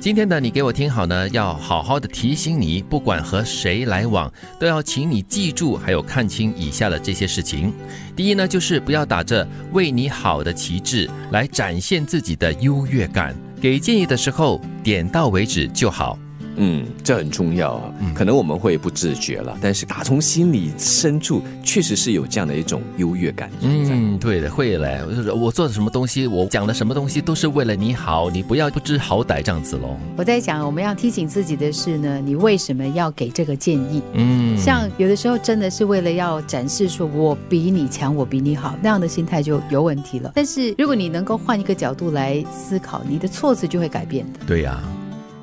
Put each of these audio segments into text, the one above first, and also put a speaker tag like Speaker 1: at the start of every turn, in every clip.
Speaker 1: 今天呢，你给我听好呢，要好好的提醒你，不管和谁来往，都要请你记住，还有看清以下的这些事情。第一呢，就是不要打着为你好的旗帜来展现自己的优越感，给建议的时候点到为止就好。
Speaker 2: 嗯，这很重要啊。可能我们会不自觉了，但是打从心里深处，确实是有这样的一种优越感存在。
Speaker 1: 嗯，对的，会嘞。就是我做的什么东西，我讲的什么东西，都是为了你好，你不要不知好歹这样子喽。
Speaker 3: 我在想，我们要提醒自己的是呢，你为什么要给这个建议？
Speaker 1: 嗯，
Speaker 3: 像有的时候真的是为了要展示说我比你强，我比你好，那样的心态就有问题了。但是如果你能够换一个角度来思考，你的措辞就会改变的。
Speaker 1: 对呀、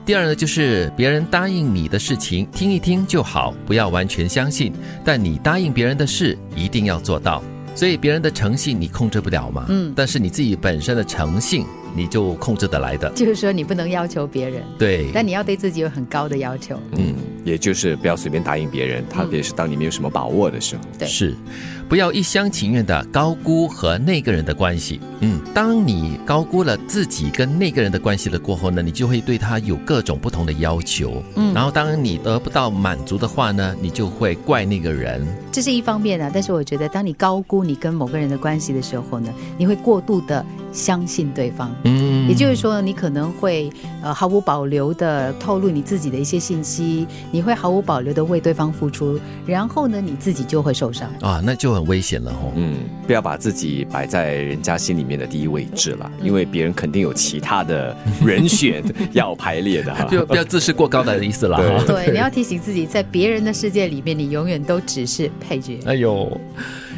Speaker 1: 第二呢，就是别人答应你的事情，听一听就好，不要完全相信。但你答应别人的事，一定要做到。所以别人的诚信你控制不了嘛，
Speaker 3: 嗯
Speaker 1: 但是你自己本身的诚信，你就控制得来的。
Speaker 3: 就是说，你不能要求别人，
Speaker 1: 对，
Speaker 3: 但你要对自己有很高的要求。
Speaker 2: 嗯，也就是不要随便答应别人，特别是当你没有什么把握的时候。
Speaker 3: 对
Speaker 1: 是，不要一厢情愿的高估和那个人的关系。嗯，当你高估了自己跟那个人的关系了过后呢，你就会对他有各种不同的要求。
Speaker 3: 嗯
Speaker 1: 然后当你得不到满足的话呢，你就会怪那个人。
Speaker 3: 这是一方面啊，但是我觉得，当你高估你跟某个人的关系的时候呢，你会过度的相信对方。
Speaker 1: 嗯
Speaker 3: 也就是说，你可能会呃毫无保留的透露你自己的一些信息，你会毫无保留的为对方付出，然后呢，你自己就会受伤。
Speaker 1: 啊，那就很危险了哦。
Speaker 2: 嗯，不要把自己摆在人家心里面的第一位置了，因为别人肯定有其他的人选要排列 的哈。
Speaker 1: 就不要自视过高的意思啦。
Speaker 2: 对
Speaker 3: 对，你要提醒自己，在别人的世界里面，你永远都只是配角。
Speaker 1: 哎呦，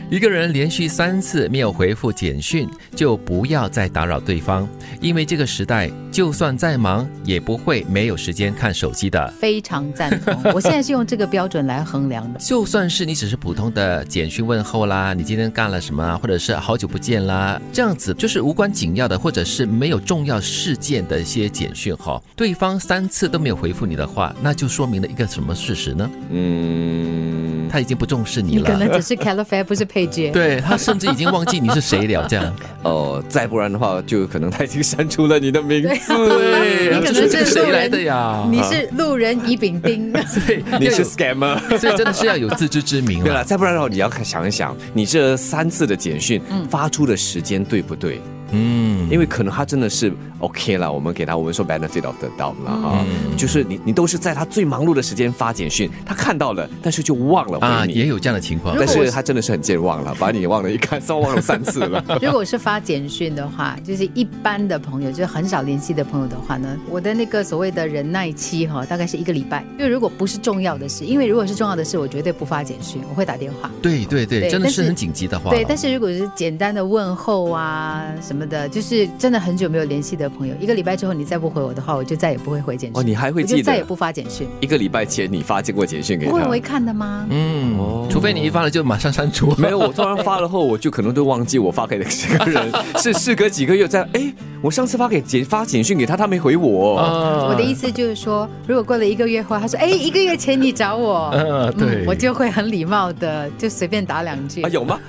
Speaker 1: 一个人连续三次没有回复简讯，就不要再打扰对方，因为这个时代，就算再忙，也不会没有时间看手机的。
Speaker 3: 非常赞同，我现在是用这个标准来衡量的。
Speaker 1: 就算是你只是普通的简讯问候啦，你今天干了什么啊，或者是好久不见啦，这样子就是无关紧要的，或者是没有重要事件的一些简讯哈，对方三次都没有回复你的话，那就说明了一个什么事实呢？
Speaker 2: 嗯，
Speaker 1: 他已经不重视你
Speaker 3: 你
Speaker 1: 了，
Speaker 3: 可能只是 Caliph，不是配角。
Speaker 1: 对他甚至已经忘记你是谁了，这 样。
Speaker 2: 哦，再不然的话，就可能他已经删除了你的名字，
Speaker 3: 啊你可能
Speaker 1: 这
Speaker 3: 是
Speaker 1: 谁
Speaker 3: 路
Speaker 1: 来
Speaker 3: 人
Speaker 1: 的呀？
Speaker 3: 你是路人乙丙丁，
Speaker 2: 你是 scammer。
Speaker 1: 所以真的是要有自知之明
Speaker 2: 对啊
Speaker 1: 了
Speaker 2: 了，。再不然的话，你要想一想，你这三次的简讯
Speaker 3: 嗯
Speaker 2: 发出的时间对不对？
Speaker 1: 嗯，
Speaker 2: 因为可能他真的是 OK 了，我们给他我们说 benefit of the doubt 了哈，
Speaker 3: 嗯
Speaker 2: 就是你你都是在他最忙碌的时间发简讯，他看到了，但是就忘了
Speaker 1: 啊，
Speaker 2: 回
Speaker 1: 也
Speaker 2: 你。
Speaker 1: 有这样的情况
Speaker 3: 如。
Speaker 2: 但
Speaker 3: 果我
Speaker 2: 是
Speaker 3: 是
Speaker 2: 他真的是很健忘了，把你忘了一看，稍忘了三次了。
Speaker 3: 如果是发简讯的话，就是一般的朋友，就是很少联系的朋友的话呢，我的那个所谓的忍耐期哈、大概是一个礼拜。因为如果不是重要的事，因为如果是重要的事，我绝对不发简讯，我会打电话。
Speaker 1: 对对对，
Speaker 3: 对
Speaker 1: 真的是
Speaker 3: 但是
Speaker 1: 很紧急的话了。
Speaker 3: 对，但是如果是简单的问候啊什么的，就是真的很久没有联系的朋友，一个礼拜之后你再不回我的话，我就再也不会回简讯。
Speaker 2: 哦，你还会
Speaker 3: 我就
Speaker 2: 记
Speaker 3: 再也
Speaker 2: 得
Speaker 3: 不发简讯，
Speaker 2: 一个礼拜前你发过简讯给
Speaker 3: 不会
Speaker 2: 他
Speaker 3: 我？会看的吗？
Speaker 1: 嗯，除非你一发了就马上删除。
Speaker 2: 哦没有，我突然发了后，我就可能都忘记我发给了这个人。是事隔几个月再哎，我上次发给简发简讯给他，他没回我。
Speaker 1: 啊
Speaker 3: 我的意思就是说，如果过了一个月后，他说：“哎，一个月前你找我。
Speaker 1: 嗯 对
Speaker 3: 我就会很礼貌的就随便打两句。
Speaker 2: 啊，有吗？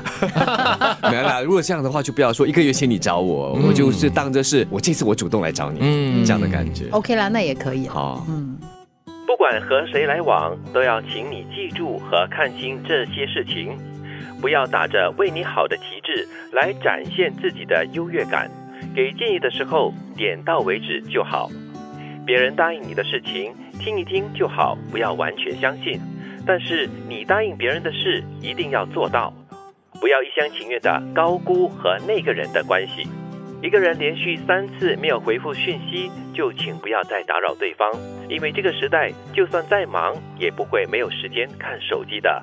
Speaker 2: 没有啦。如果这样的话，就不要说一个月前你找我，我就是当着是我这次我主动来找你，
Speaker 1: 嗯
Speaker 2: 这样的感觉。
Speaker 3: OK 啦，那也可以。
Speaker 2: 好，
Speaker 3: 嗯，
Speaker 4: 不管和谁来往，都要请你记住和看清这些事情，不要打着为你好的旗帜来展现自己的优越感。给建议的时候点到为止就好。别人答应你的事情，听一听就好，不要完全相信。但是你答应别人的事，一定要做到，不要一厢情愿的高估和那个人的关系。一个人连续三次没有回复讯息，就请不要再打扰对方，因为这个时代，就算再忙，也不会没有时间看手机的。